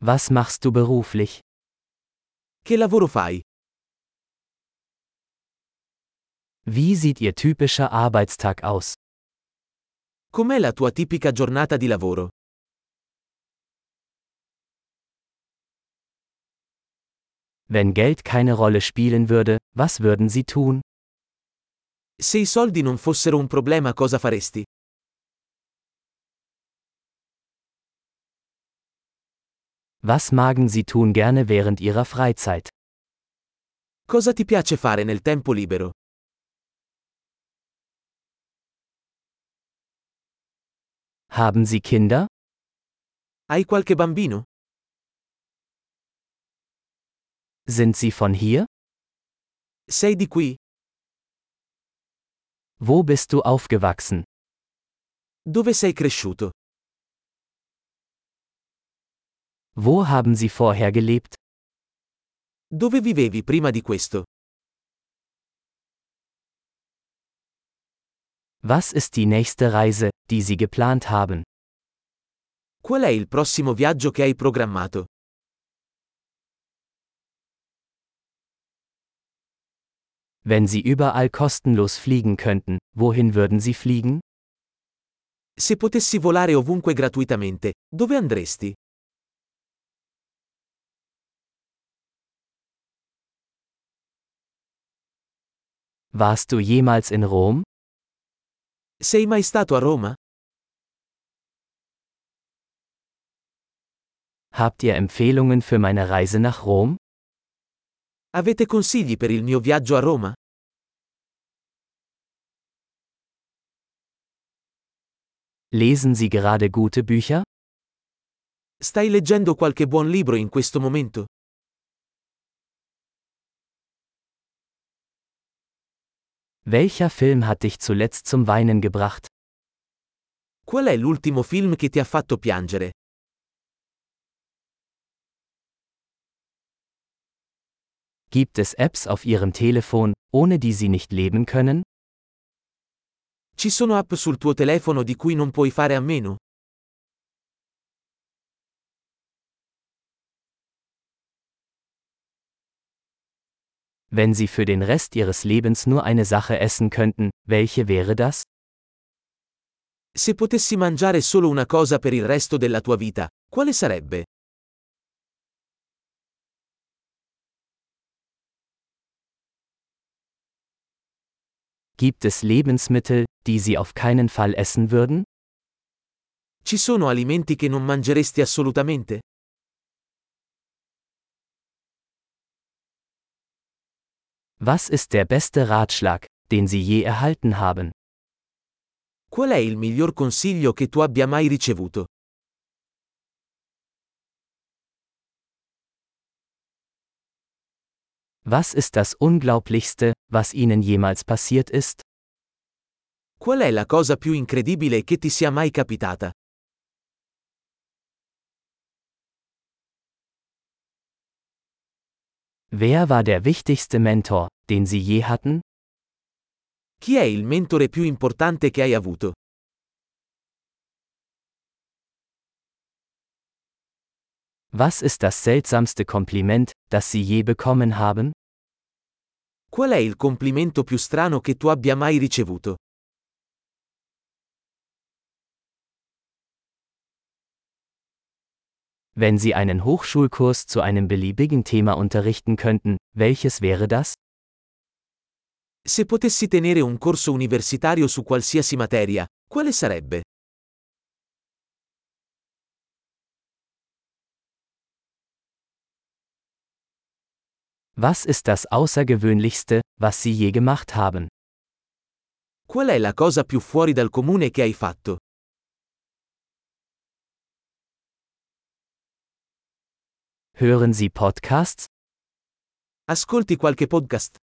Was machst du beruflich? Che lavoro fai? Wie sieht Ihr typischer Arbeitstag aus? Com'è la tua tipica giornata di lavoro? Wenn Geld keine Rolle spielen würde, was würden Sie tun? Se i soldi non fossero un problema cosa faresti? Was magen Sie tun gerne während Ihrer Freizeit? Cosa ti piace fare nel tempo libero? Haben Sie Kinder? Hai qualche bambino? Sind Sie von hier? Sei di qui? Wo bist du aufgewachsen? Dove sei cresciuto? Wo haben Sie vorher gelebt? Dove vivevi prima di questo? Was ist die nächste Reise, die Sie geplant haben? Qual è il prossimo viaggio che hai programmato? Wenn Sie überall kostenlos fliegen könnten, wohin würden Sie fliegen? Se potessi volare ovunque gratuitamente, dove andresti? Warst du jemals in Rom? Sei mai stato a Roma? Habt ihr Empfehlungen für meine Reise nach Rom? Avete consigli per il mio viaggio a Roma? Lesen Sie gerade gute Bücher? Stai leggendo qualche buon libro in questo momento? Welcher Film hat dich zuletzt zum Weinen gebracht? Qual è l'ultimo film che ti ha fatto piangere? Gibt es Apps auf Ihrem Telefon, ohne die Sie nicht leben können? Ci sono app sul tuo telefono di cui non puoi fare a meno? Wenn Sie für den Rest Ihres Lebens nur eine Sache essen könnten, welche wäre das? Se potessi mangiare solo una cosa per il resto della tua vita, quale sarebbe? Gibt es Lebensmittel, die Sie auf keinen Fall essen würden? Ci sono alimenti che non mangeresti assolutamente? Was ist der beste Ratschlag, den Sie je erhalten haben? Qual è il miglior consiglio che tu abbia mai ricevuto? Was ist das Unglaublichste, was Ihnen jemals passiert ist? Qual è la cosa più incredibile che ti sia mai capitata? Wer war der wichtigste Mentor, den Sie je hatten? Chi è il mentore più importante che hai avuto? Was ist das seltsamste Kompliment, das Sie je bekommen haben? Qual è il complimento più strano che tu abbia mai ricevuto? Wenn Sie einen Hochschulkurs zu einem beliebigen Thema unterrichten könnten, welches wäre das? Se potessi tenere un corso universitario su qualsiasi materia, quale sarebbe? Was ist das Außergewöhnlichste, was Sie je gemacht haben? Qual è la cosa più fuori dal comune che hai fatto? Hören Sie Podcasts? Ascolti qualche podcast?